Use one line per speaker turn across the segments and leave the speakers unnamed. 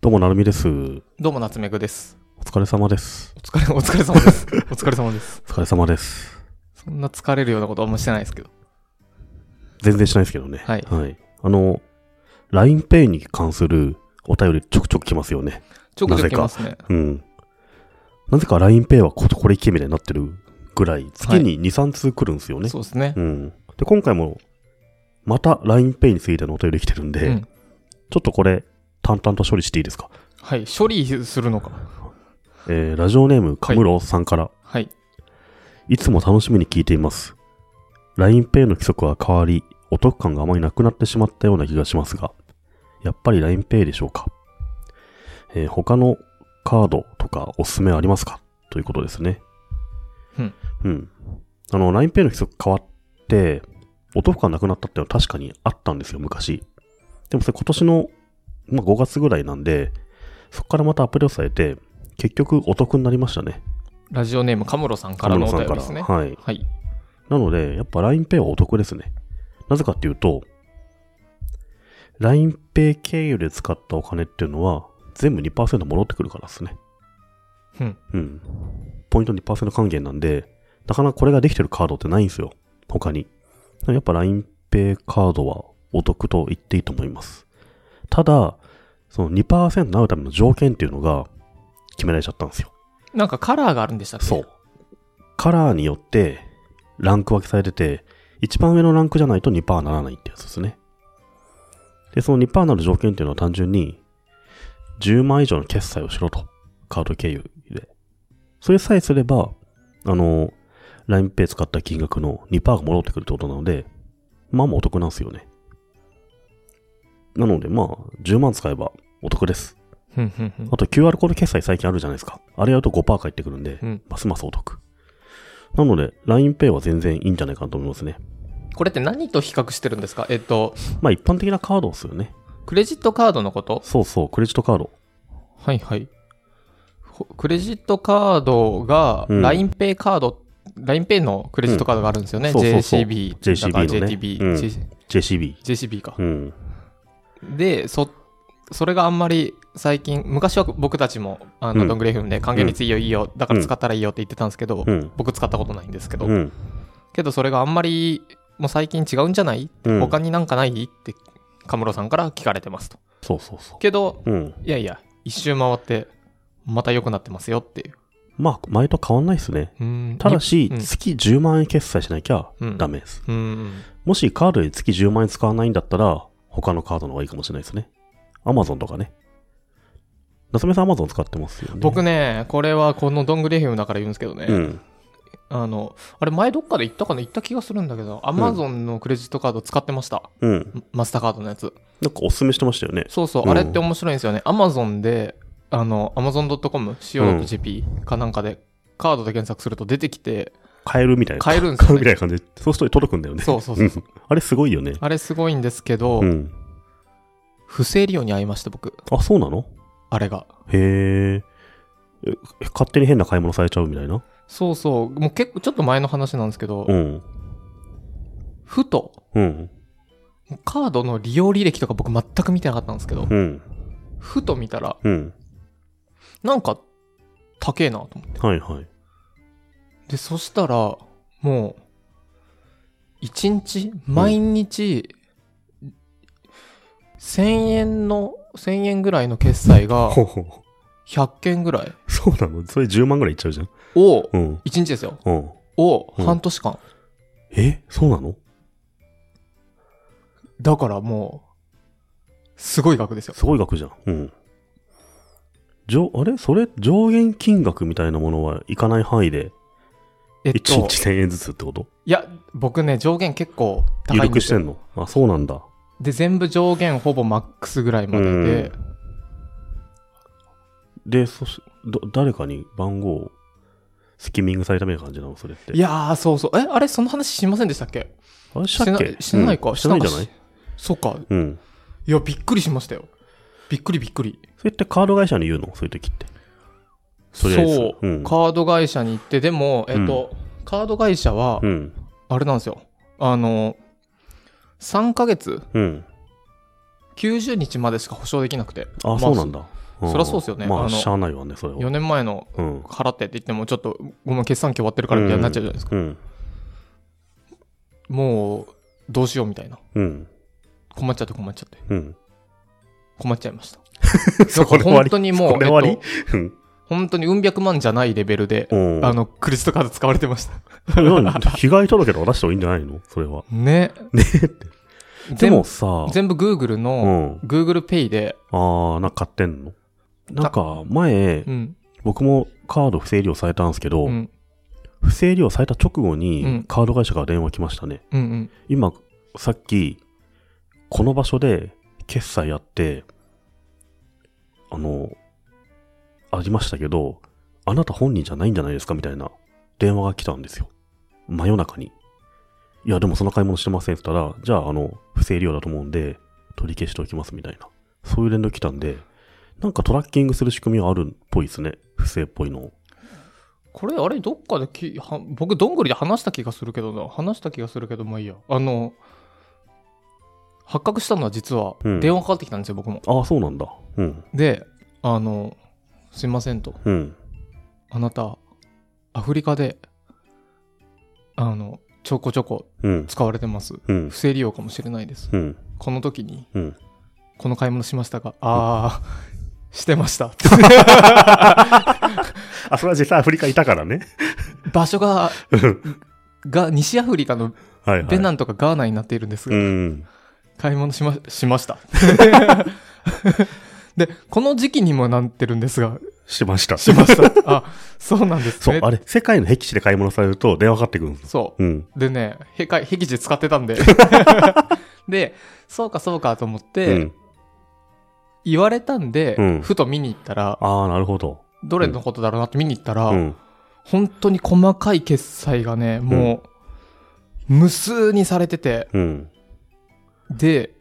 どうも、なるみです。お
どうも夏目くです。
疲れ様です
お。疲れ、お疲れ 様です。お疲れ様です。
お疲れ様です。
そんな疲れるようなことはあんましてないですけど。
全然しないですけどね。
はい
あの、LINEPay に関するお便りちょくちょく来ますよね。
ちょくちょく来ますね。
うん。なぜか LINEPay はここれいけみたいになってるぐらい、月に2、3通来るんですよね。
そうですね。
うん。で、今回も、また LINEPay についてのお便り来てるんで、
うん。
ちょっとこれ、淡々と処理していいですか。
はい。処理するのか。
えー、ラジオネーム、カムロさんから、
はい。
いつも楽しみに聞いています。LINEPay の規則は変わり、お得感があまりなくなってしまったような気がしますが、やっぱり LINEPay でしょうか、えー他のカードとかおすすめありますかということですね。
うん。
うん。あの、LINEPay の規則変わって、お得感なくなったっていうのは確かにあったんですよ、昔。でもそれ今年の、まあ、5月ぐらいなんで、そこからまたアップデートされて、結局お得になりましたね。
ラジオネームカムロさんからのお
カム
便
ロ
り
さん
ですね。
からはい。
はい。
なので、やっぱ LINEPay はお得ですね。なぜかっていうと、LINEPay 経由で使ったお金っていうのは、全部2%戻ってくるからですね。
うん。
うん。ポイント2%還元なんで、なかなかこれができてるカードってないんですよ。他に。やっぱ LINEPay カードはお得と言っていいと思います。ただ、その2%になるための条件っていうのが決められちゃったんですよ。
なんかカラーがあるんでしたっけ
そう。。カラーによって、ランク分けされてて、一番上のランクじゃないと2%ならないってやつですね。で、その2%なる条件っていうのは単純に、10万以上の決済をしろと。カード経由で。それさえすれば、あの、LINEPay 使った金額の2%が戻ってくるってことなので、まあまあお得なんですよね。なのでまあ、10万使えばお得です。
ふんふんふん
あ。と QR コード決済最近あるじゃないですか。あれやると5%返ってくるんで、
うん
ますますお得。なので、LINEPay は全然いいんじゃないかなと思いますね。
これって何と比較してるんですかえっと、
まあ一般的なカードですよね。
クレジットカードのこと
そうそう、クレジットカード。
はいはい。ほクレジットカードが、
うん
LINEPay カード、LINEPay のクレジットカードがあるんですよね。
うんそうそうそう
JCB。
JCB のね
JTB、
うん
J-
JCB。
JCB か
う。ん。
で、そ、それがあんまり最近、昔は僕たちも、あの、
うん
ドングレフムで還元率いいよいいよ、だから使ったらいいよって言ってたんですけど、
うん。
僕使ったことないんですけど、
うん。
けどそれがあんまり、もう最近違うんじゃない、
うん
他になんかないって、カムロさんから聞かれてますと。
そうそうそ
けど、
う。うん。
いやいや、一周回って、また良くなってますよっていう。
まあ、前と変わんないですね。
うーん
ただし、
うん
月10万円決済しなきゃ
うん
ダメです。
うーん。
もしカードに月10万円使わないんだったら、他のカードの方がいいかもしれないですね。Amazon とかね。夏目さん Amazon 使ってますよね。
僕ね、これはこのドングレフムだから言うんですけどね、
うん。
あの、あれ前どっかで言ったかな言った気がするんだけど、アマゾンのクレジットカード使ってました。
うん。
マスターカードのやつ。
なんかおすすめしてましたよね。
そうそう、
うん
あれって面白いんですよね。アマゾンで、あの、アマゾン .com、co.jp かなんかで、カードで検索すると出てきて、
買えるみたいな。
買えるんです
買う
よ、
みたい
ね。
な感じで、そうすると届くんだよね。
そうそうそうそう。
あれすごいよね。
あれすごいんですけど、
うん。
不正利用に遭いました、僕。
あ、そうなの
あれが。
へえ。え勝手に変な買い物されちゃうみたいな。
そうそう。もう結構、ちょっと前の話なんですけど、
うん。
ふと、
うん。
カードの利用履歴とか僕全く見てなかったんですけど、
うん。
ふと見たら、
うん。
なんか、高えなと思って。
はいはい。
で、そしたら、もう、一日、毎日、1000円の、1000円ぐらいの決済が、
ほうほうほ
100件ぐらいう
そうなのそれ10万ぐらいいっちゃうじゃん。
を、
うん。
一日ですよ。
うん。
を、
うん
半年間。
えそうなの
だからもう、すごい額ですよ。
すごい額じゃん。うん。じょあれそれ上限金額みたいなものはいかない範囲で
えっ
1
と、
日1000円ずつってこと
いや、僕ね、上限結構
入
高いん
力
で
し
す
て
よ。
んのあ、そうなんだ。
で、全部上限ほぼマックスぐらいまでで、
で、そし、ど、誰かに番号をスキミングされたみたいな感じなのそれって。
いやー、そうそう。え、あれ、その話しませんでしたっけ
あれしたっけ
してなないか、
うんしてないんじゃない
しそっか、
うん。
いや、びっくりしましたよ。びっくりびっくり。
それってカード会社に言うのそういう時って。とりあえず
そう、
うん
カード会社に行って、でも、えっと、カード会社は
う、ん。
あれなんですよ。あの、3ヶ月、
うん。
90日までしか保証できなくて。
あ、そうなんだ。ん
そりゃそうですよね
ま
あ
あ、
の
しゃあないわね、それ
4
は。
年前の
うん。
払ってって言っても、ちょっと、ごめん、決算期終わってるからみたいになっちゃうじゃないですか。
うん。
もう、どうしようみたいな。
うん。
困っちゃって困っちゃって。
う ん。
困っちゃいました。
それ
なんか本当にもう、
これ終わり
えっと本当にうん百万じゃないレベルで、
うん。
あの、クレジットカード使われてました。
何被害届とか出した方がいいんじゃないのそれは。
ね。
ねで
全
も
部、
さ、
全部 Google
う
の、
ん。
Google Pay で、
ああ、なんか買ってんのなんか、前
う、ん、
僕もカード不正利用されたんですけど、
うん、
不正利用された直後
う
に
ん、
カード会社から電話来ましたね。
うん、うん。
今、さっき、この場所で決済やって、あの、ありましたけど、あなた本人じゃないんじゃないですかみたいな電話が来たんですよ。真夜中に。いや、でもその買い物してませんって言ったら、じゃあ、あの、不正利用だと思うんで、取り消しておきますみたいな。そういう連絡来たんで、なんかトラッキングする仕組みがあるっぽいですね。不正っぽいのを。
これ、あれ、どっかでき、は僕、どんぐりで話した気がするけどな。話した気がするけど、まあいいや。あの、発覚したのは実は
うん、
電話かかってきたんですよ、僕も。
ああ、そうなんだ。うん。
で、あの、すいませんと。
うん。
あなた、アフリカで、あの、ちょこちょこ
うん。
使われてます。
うん
不。正利用かもしれないです。
うん。
この時に、
うん。
この買い物しましたが、ああ、 してま した。
あ、それは実際アフリカいたからね。
場所が、が、西アフリカの
はいはい。
ベナンとかガーナになっているんです
う
が、
ん。
買い物しま、し ました。で、この時期にもなってるんですが、
しました。
しました。あ、そうなんです
そう
ね、。
あれ、世界の僻地で買い物されると電話かかってくるんです。
そう。
うん。
でね、へか、僻地使ってた んで。で、そうかそうかと思っ
う
て、
ん。
言われたんで、
うん
ふと見に行ったら、
ああ、なるほど。
どれのことだろうなって見に行ったら、
うん。
本当に細かい決済がね、もう、無数にされてて、
うん。
で、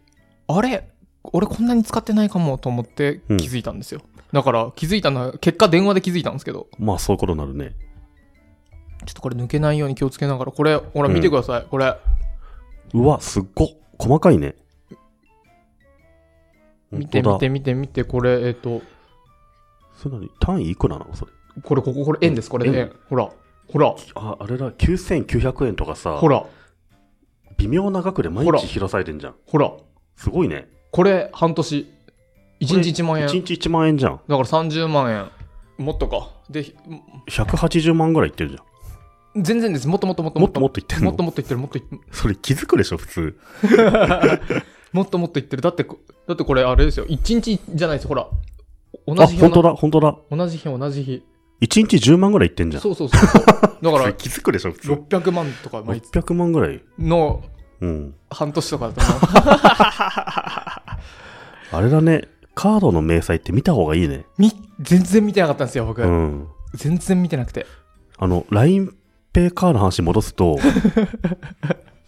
あれ俺こんなに使ってないかもと思って
うん
気づいたんですよ。だから気づいたのは、結果電話で気づいたんですけど、
まあ、そういうことになるね。
ちょっとこれ抜けないように気をつけながら、これ、ほら見てください、これ。
うわ、すっご。細かいね。
見
本
て見
当だ
て。見て見て、これ、えっ、と、
それ何単位いくらなのそれ。
これ、ここ、これ、円です、これで、
円
ほら、ほら、
あ、あれだ、9900円とかさ
ほ、ら、
微妙な額で毎
ほら
日開されてんじゃん。
ほら、
すごいね。
これ、半年。1日1万円。だ
1
か
日1万円じゃん。
ら30万円。もっとか。で、ひ
180万ぐらいいってるじゃ
全然です。もっともっともっと
ん。もっともっといってん
もっ
の
ともっといってる、もっとい
それ気づくでしょ、普通。
もっともっといってる。だってこ、だってこれ、あれですよ。1日じゃないです、ほら。同
あ、
じ日同
本当だ、本当だ。
同じ日、同じ日。
1日10万ぐらいいってんじゃん。
そうそうそうそう。だか
それ
ら、
気づくでしょ、普通。
600万とか、まあいつ
600万ぐらい。
の
うん。
半年とかだと思う。
あれだね。カードの明細って見た方がいいね。
み、全然見てなかったんですよ、僕。
うん。
全然見てなくて。
あの、LINEPay カードの話に戻す と、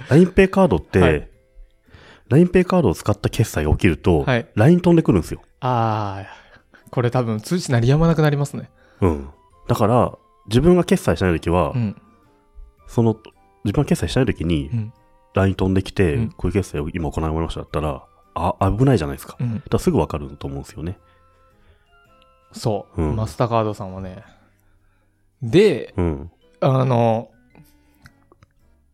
LINEPay カードって、
はい
LINEPay カードを使った決済が起きると、
はい
LINE 飛んでくるんですよ。
あー、これ多分通知鳴りやまなくなりますね。
うん。だから、自分が決済しないときは、
うん。
その、自分が決済しないときに
う、ん。
LINE 飛んできて、
うん
こういう決済を今行いましただったら、あ、危ないじゃないですか。だか
うん。
らすぐわかると思うんですよね。
そう、
うん
マスターカードさんはね。で、
うん。
あの、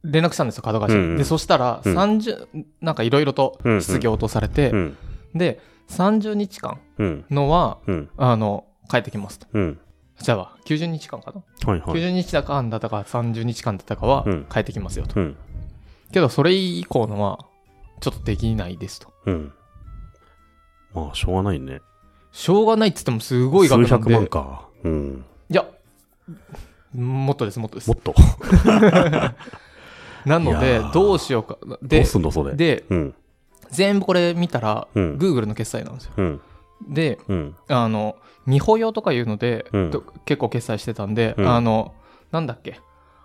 連絡したんですよ、カード会社に。
うんうん
で、そしたら、
うん
30、なんかいろいろと
うんうん
失業とされて、
うん。
で、30日間
うん。
のは、
うん。
あの、帰ってきますと。
うん。
じゃあ、90日間かな、
はいはい。
?90 日だかんだったか、30日間だったかは
うん、
帰ってきますよと。
うん。
けど、それ以降のは、ちょっとできないですと。
うん。まあ、しょうがないね。
しょうがないっつっても、すごい額
数
なん
百
で。
万か。うん。
いや、もっとです、もっとです
も。っと。
なの
いや
で
ー、
どうしようか。
どう
で、
すんのそれ。
で、
うん。
全部これ見たら、
うん
Google の決済なんですよ。
うん。
で、
うん。
あの、未保養とかいうので、
うん
と結構決済してたんで、
うん
あの、なんだっけ、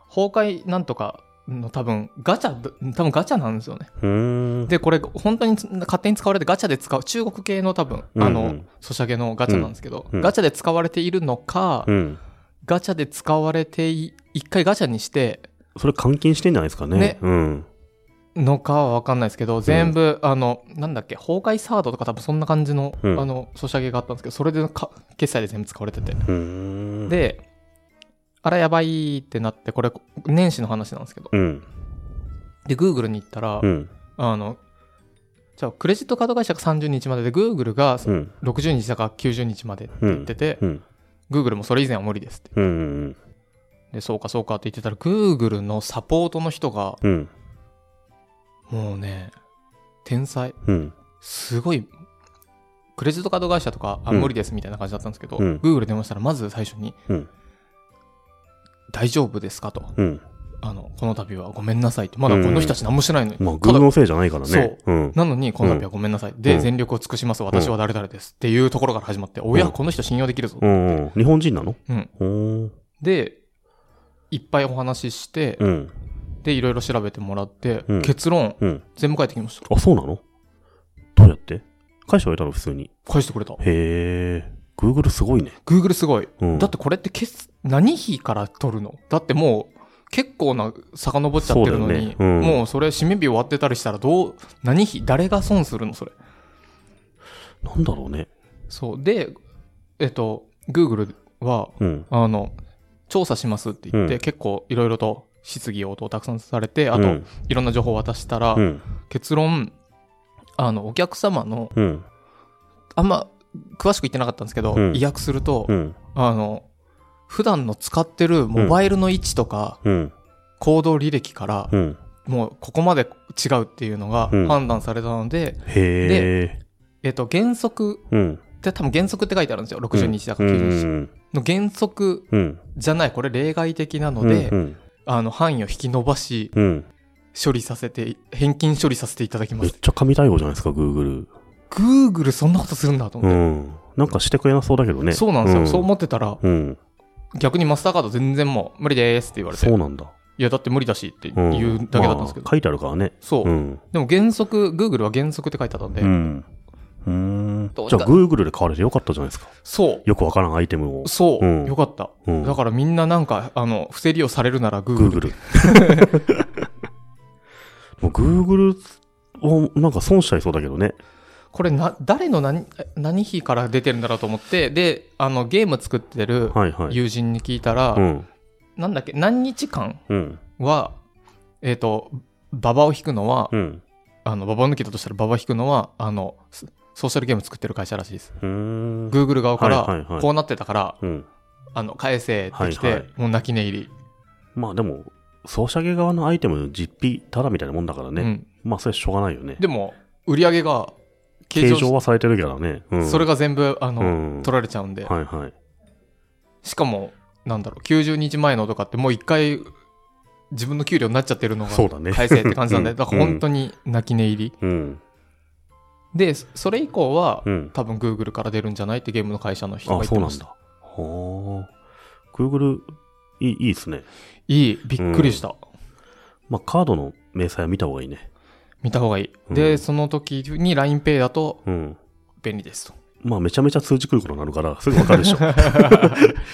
崩壊なんとかの多分、ガチャだ、多分ガチャなんですよね。
うーん。
で、これ、本当につ勝手に使われて、ガチャで使う、中国系の多分、
うんうん
あの、ソシャゲのガチャなんですけど、
うん
ガチャで使われているのか、
うん。
ガチャで使われてい、一回ガチャにして、
それ監禁してんじゃないですかね。
ね
うん。
のかは分かんないですけど全部、あのなんだっけ崩壊サードとか多分そんな感じの,、
うん
あのソシャゲがあったんですけどそれでか決済で全部使われてて
うーん。、
であらやばいってなってこれ年始の話なんですけど
うん。
で Google に行ったら、
うん。
あのじゃあクレジットカード会社が30日までで Google が
うん。
60日だか90日までって言ってて、
うん。
Google もそれ以前は無理ですって
うん。うん。
でそうかそうかって言ってたら Google のサポートの人が
うん。
もうね天才
うん。
すごいクレジットカード会社とかあ
うん
無理ですみたいな感じだったんですけど、
うん
Google に電話したらまず最初に
うん。
大丈夫ですかと
うん。
あのこの度はごめんなさいってまだこの人たち何もしてないのに、
まあ、
た
グー
だ
のせいじゃないからね。うん。
なのにこの度はごめんなさい、で
うん
全力を尽くします私は誰々ですっていうところから始まって、おやこの人信用できるぞ、
うん。日本人なの
うん
うん。
でいっぱいお話しして、
うん。
でいろいろ調べてもらって、
うん
結論
うん。
全部返ってきました
あ、そうなのどうやって返してはいたの普通に。
返してくれた
へえ。Google すごいね。
Google すごい
うん。
だってこれってけつ何日から取るのだってもう結構な遡っちゃってるの
そうだよね
に、
うん
もうそれ締め日終わってたりしたらどう何日誰が損するのそれ
なんだろうね。
そうでえっと Google は
うん。
あの調査しますって言って、
うん
結構いろいろと質疑応答たくさんされてあと、
うん。
いろんな情報を渡したら、
うん。
結論あのお客様の
うん。
あんま詳しく言ってなかったんですけど、
うん
意訳すると、
うん。
あの普段の使ってるモバイルの位置とか、
うん。
行動履歴から
うん。
もうここまで違うっていうのが
うん
判断されたので、
へえ。
えっと原則
うん。
で多分原則って書いてあるんですよ60日だか
う
ら90日、
ん。
の原則
うん。
じゃないこれ例外的なので、
うん。
あの範囲を引き伸ばし
うん。
処理させて返金処理させていただきま
めっ
す
ちゃ神対応じゃないですか、Google。
Google そんなことするんだと
う
思って、
ん。なんかしてくれなそうだけどね。
そうなんですよ、そう
思
思ってたら
うん。
逆にマスターカード全然もう無理ですって言われて
そうなんだ。
いやだって無理だしって
う
言うだけだったんですけど、
まあ書いてあるからね。
そう、
うん。
でも原則 Google は原則って書いてあったんで、
うん。うん。
どう
じ
に
ゃ
か
あ、Google で買われてよかったじゃないですか。
そう
よくわからんアイテムを。
そう、
うん
よかった、
うん
だからみんななんか、あの、不正利用されるなら Google。
Google。もう Google をなんか損しちゃいそうだけどね。
これな、誰の何、何日から出てるんだろうと思って、で、あの、ゲーム作ってる
はいはい。
友人に聞いたら、
うん。
なんだっけ、何日間
うん。
は、えっ、と、ババを引くのは、
うん。
あの、ババ抜きだとしたらババ引くのは、あの、ソソーシャルゲーム作ってる会社らしいです。
うーん。
Google 側から、
はいはいはい
こうなってたから、
うん。
あの、返せってきて、
はいはい
もう泣き寝入り。
まあでも、ソシャゲ側のアイテム実費ただみたいなもんだから
う
ね。
ん。
まあそれしょうがないよね。
でも、売り上げが、計
形
上し
状はされてるけどね。うん。
それが全部、あの、
うん
取られちゃうんで、
はいはい。
しかも、なんだろう、90日前のとかって、もう一回、自分の給料になっちゃってるのが、
そうだね
返せって感じなん で、
うん
だから本当に泣き寝入り。
うん。
で、それ以降は、
うん。
多分 Google から出るんじゃないってゲームの会社の人が
あ、
言っ
そ
て
うな
ま
ん
した。
だ。はあ。Google、いい、いいですね。
いい、びっくりした。
まあカードの明細は見た方がいいね。
見た方がいい。
うん
で、その時に LINEPay だと
うん。
便利ですと。
まあめちゃめちゃ通知来ることになるから、すぐわかるで しょ。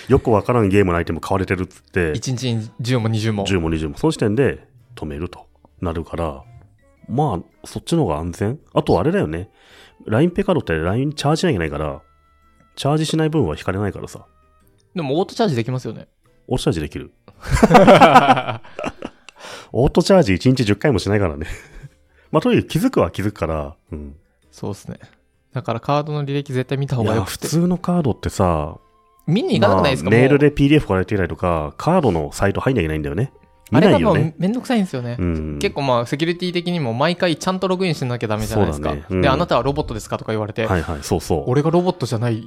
よくわからんゲームのアイテム買われてるっつって、
1日に10も20も。
10も20も、その時点で止めるとなるから、まあ、そっちの方が安全あとあれだよね。LINE ペカドって LINE チャージしなきゃいけないから、チャージしない分は引かれないからさ、
でもオートチャージできます よね。
オートチャージできる。オートチャージ1日10回もしないからね。 まあ、とにかく気づくは気づくから、うん。
そうですね。だからカードの履歴絶対見た方
い
が
や、
よく
普
て。
通のカードってさ、
見に行かなくないですか、
まあ
も
メ
う
ールで PDF 送られてきたりとか、カードのサイト入んなきゃいけないんだよね。見
あれ
な
が
い
も
よ
う
ね。
めんどくさいんですよね。
うん。
結構まあセキュリティ的にも毎回ちゃんとログインしなきゃダメじゃないですか、
そうだねうん
であなたはロボットですかとか言われて、
はいはい、そうそう。
俺がロボットじゃない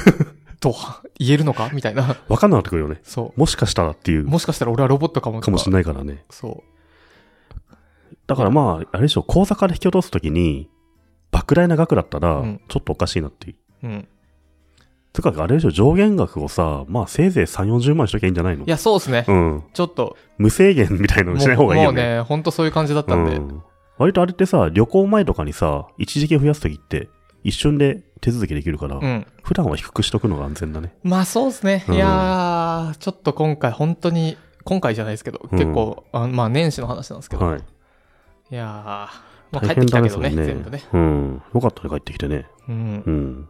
とは言えるのかみたいな
わかんなくなってくるよね。
そ
もしかしたらっていうう、
もしかしたら俺はロボットかもと
かもしれ
ない
ないからね。
そ
だからまあ、あれでしょ、口座から引き落とすときに、莫大な額だったら
うん、
ちょっとおかしいなっていう。
ううん
てか、あれでしょ、上限額をさ、まあ、せいぜい3、40万にしときゃいいんじゃないの
いやそうですね、
うん。
ちょっと
無制限みたいな
も
の
う
しない方がいい
も
よ
う
ね。
ね本当そういう感じだったんで、
うん割とあれってさ、旅行前とかにさ、一時金増やすときって、一瞬で手続きできるから、
うん
普段は低くしとくのが安全だね。
まあそうですね、
うん
いやーちょっと今回本当に今回じゃないですけど、
うん
結構あまあ年始の話なんですけど、
はい。
いやー、ま
大
あ、帰って
変
き
だ
た
ね、
け
そ
ど
れ
ね、
ね
全部ね。
うん。よかったね、帰ってきてね。
うん
う。ん。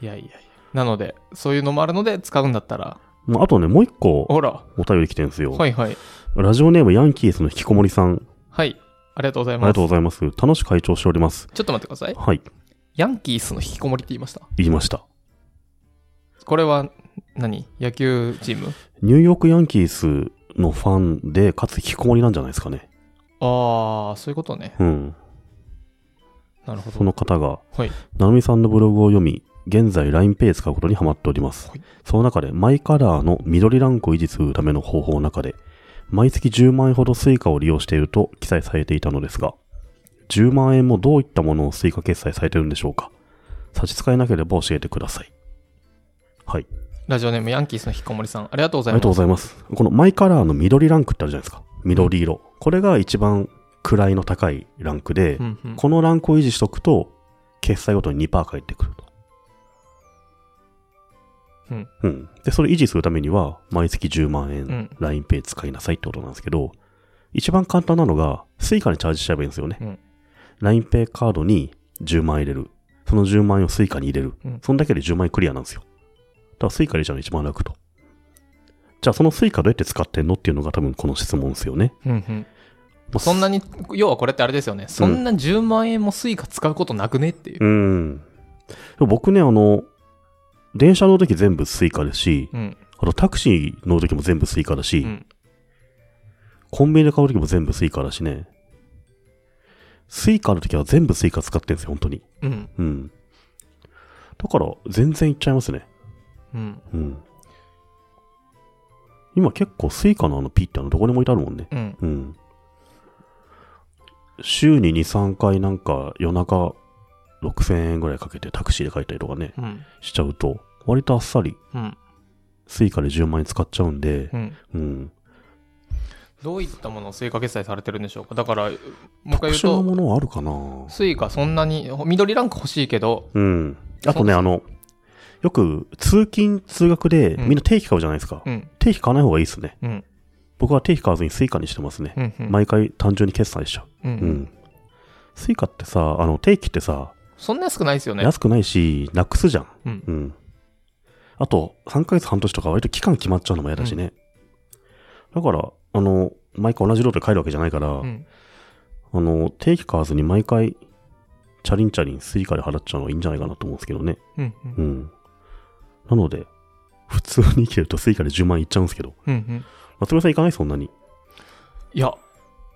いやいやいや。なので、そういうのもあるので、使うんだったら。
まあ、あとね、もう一個
ほら。
お便り来てるんですよ。
はいはい。
ラジオネームヤンキースの引きこもりさん。
はい。ありがとうござい
あり
ま
が
す。
とうございます。楽しく会長しております。
ちょっと待ってください。
はい。
ヤンキースの引きこもりって言いました。
言いました。
これは何、野球チーム
ニューヨークヤンキースのファンで、かつ引きこもりなんじゃないですかね。
ああ、そういうことね。
うん。
なるほ
そ
ど。
の方が、
はい。
なるみさんのブログを読み、現在 LINEPay 使うことにハマっております。
はい
その中で、マイカラーの緑ランクを維持するための方法の中で、毎月10万円ほどスイカを利用していると記載されていたのですが、10万円もどういったものをスイカ決済されているんでしょうか差し支えなければ教えてください。はい。
ラジオネームヤンキースの引きこもりさん、ありがとうご
あ
ざい
りが
ま
とうご
す。
ざいます。このマイカラーの緑ランクってあるじゃないですか。緑色。これが一番位の高いランクで、
うんうん
このランクを維持しとくと、決済ごとに2%返ってくると。
うん。
うん。で、それ維持するためには、毎月10万
う
円、
ん。
LINEPay 使いなさいってことなんですけど、一番簡単なのが、スイカにチャージしちゃえばいいんですよね。
うん
LINEPay カードに10万円入れる。その10万円をスイカに入れる。
うん
そんだけで10万円クリアなんですよ。だからスイカ入れちゃうの一番楽と。じゃあそのスイカどうやって使ってんのっていうのが多分この質問ですよね。
うんうん
まあ
そんなに、要はこれってあれですよね。そんな10万円もスイカ使うことなくねっていう。
うん。でも僕ね、あの、電車乗るとき全部スイカですし、
うん。
あとタクシー乗るときも全部スイカだし、
うん
コンビニで買うときも全部スイカだしね。スイカのときは全部スイカ使ってるんですよ、本当に。
うん。
うん。だから、全然いっちゃいますね。
うん。
うん。今結構スイカのあのピってあのどこにも置いてあるもんね。
うん。
うん。週に2、3回なんか夜中6000円ぐらいかけてタクシーで帰ったりとかね、
うん。
しちゃうと、割とあっさり
うん。
スイカで10万円使っちゃうんで、
うん。
うん。
どういったものをスイカ決済されてるんでしょうか。だから、もう一
特
回言
殊な
うと、
ものはあるかな
スイカそんなに、緑ランク欲しいけど、
うん。あとね、
そ
あの、よく通勤、通学で
うん
みんな定期買うじゃないですか。
うん。
定期買わない方がいいですね。
うん。
僕は定期買わずにスイカにしてますね。
うん。うん
毎回単純に決済しちゃう。
う。
うんん。スイカってさ、あの、定期ってさ、
そんな安くないですよね。
安くないし、なくすじゃん。
うん。
うん。あと、3ヶ月半年とか割と期間決まっちゃうのも嫌だしね。だから、あの、毎回同じルートで帰るわけじゃないから、
うん。
あの、定期買わずに毎回、チャリンチャリンスイカで払っちゃうのがいいんじゃないかなと思うんですけどね。
うん。う
うんん。なので、普通に生きるとスイカで10万いっちゃうんですけど。
うん。うん。
松村さん行かないそんなに。
いや、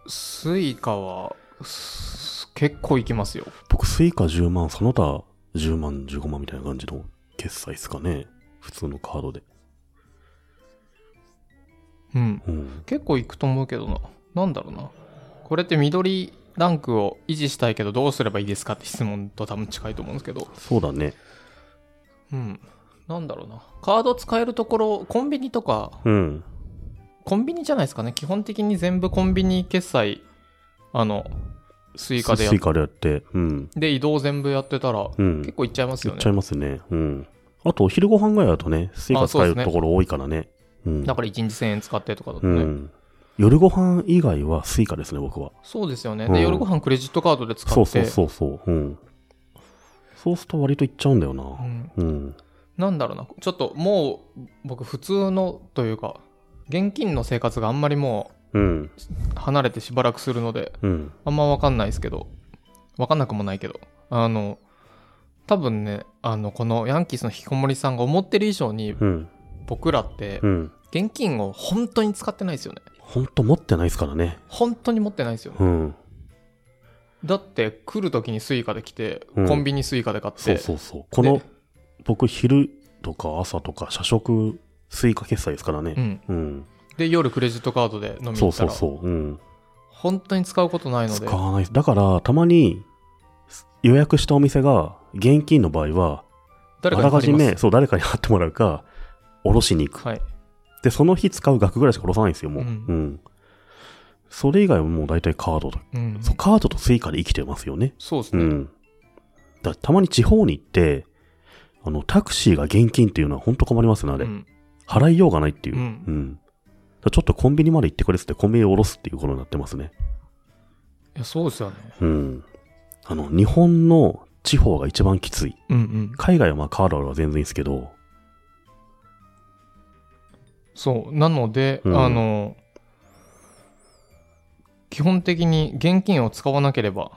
スイカは、す結構いきますよ。
僕、スイカ10万、その他10万、15万みたいな感じの決済ですかね。普通のカードで。
うん。
うん。
結構いくと思うけどな。なんだろうな。これって緑ランクを維持したいけどどうすればいいですかって質問と多分近いと思うんですけど。
そうだね。
うん。なんだろうな。カード使えるところ、コンビニとか、
うん。
コンビニじゃないですかね。基本的に全部コンビニ決済、あの、スイカでや
スイ
っ
カでやって。うん。
で移動全部やってたら、
うん。
結構いっちゃいますよ
行っ
ね
ちゃ。いますね。うん。あと、お昼ご飯ぐらいだとね、スイカ
あそう
使え
で
る
すね
ところ多いからね。うん。
だから1日1000円使ってとかだと
う
ね。
ん。夜ご飯以外はスイカですね、僕は。
そうですよね。
うん
で、夜ご飯クレジットカードで使って。
そうそうそうそう。うん。そうすると割といっちゃうんだよ
う
な。
ん
うん。
なんだろうな、ちょっともう僕、普通のというか、現金の生活があんまりも
うん。
う離れてしばらくするので、
うん。
あんま分かんないですけど、分かんなくもないけど、あの、多分ね、あの、このヤンキースの引きこもりさんが思ってる以上に、
うん。
僕らって
う、ん。
現金を本当に使ってないですよね。
ほんと持ってないですからね。
本当に持ってないですよね。
うん。
だって、来る時にスイカで来て、
うん
コンビニスイカで買っ
そう
て、
そうそう。この、僕、昼とか朝とか、社食、スイカ決済ですから
う
ね。
ん。
うん。
で、夜クレジットカードで飲みに
そ
行
う
った
そう
ら、
そう。うん。
本当に使うことないので、
使わない。だから、たまに、予約したお店が、現金の場合は、
誰
あ
から
か
に
じ
借りま
め、
す。
そう、誰かに貼ってもらうか、おろしに行く。
はい。
で、その日使う額ぐらいしかおろさないんですよ、もう。う
うんん。
それ以外はもう大体カードと、
うん
そうカードとスイカで生きてますよね。
そうです
う
ね。
ん。だたまに地方に行って、あの、タクシーが現金っていうのは本当困りますね、あれ。
うん
払いようがないっていう。
うん
だからちょっとコンビニまで行ってくれっつって、コンビニを下ろすっていうことになってますね。
いや、そうですよね。
うん。あの、日本の地方が一番きつい。
うんうん。
海外はまあカーロルは全然いいですけど、
そう。なので、
うん
あの、基本的に現金を使わなければ、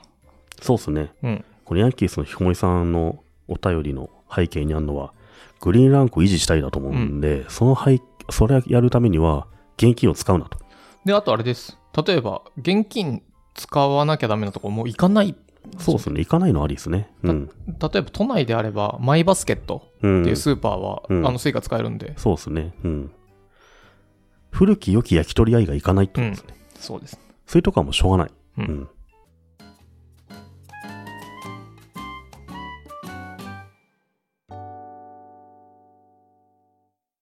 そうですね。
うん。
このヤンキースのひこもりさんのお便りの背景にあるのは、グリーンランクを維持したいだと思うんで、その背、それをやるためには、現金を使うなと。
で、あとあれです。例えば、現金使わなきゃダメなとこもう行かない。
そうですね。行かないのありですね。うん。
例えば、都内であれば、マイバスケット
うん
っていうスーパーは、
うん
あの、スイカ使えるんで、
そうですね。うん。古き良き焼き鳥屋以外行かないってことですね。
そうです。
それとかもしょうがない。
うん
うん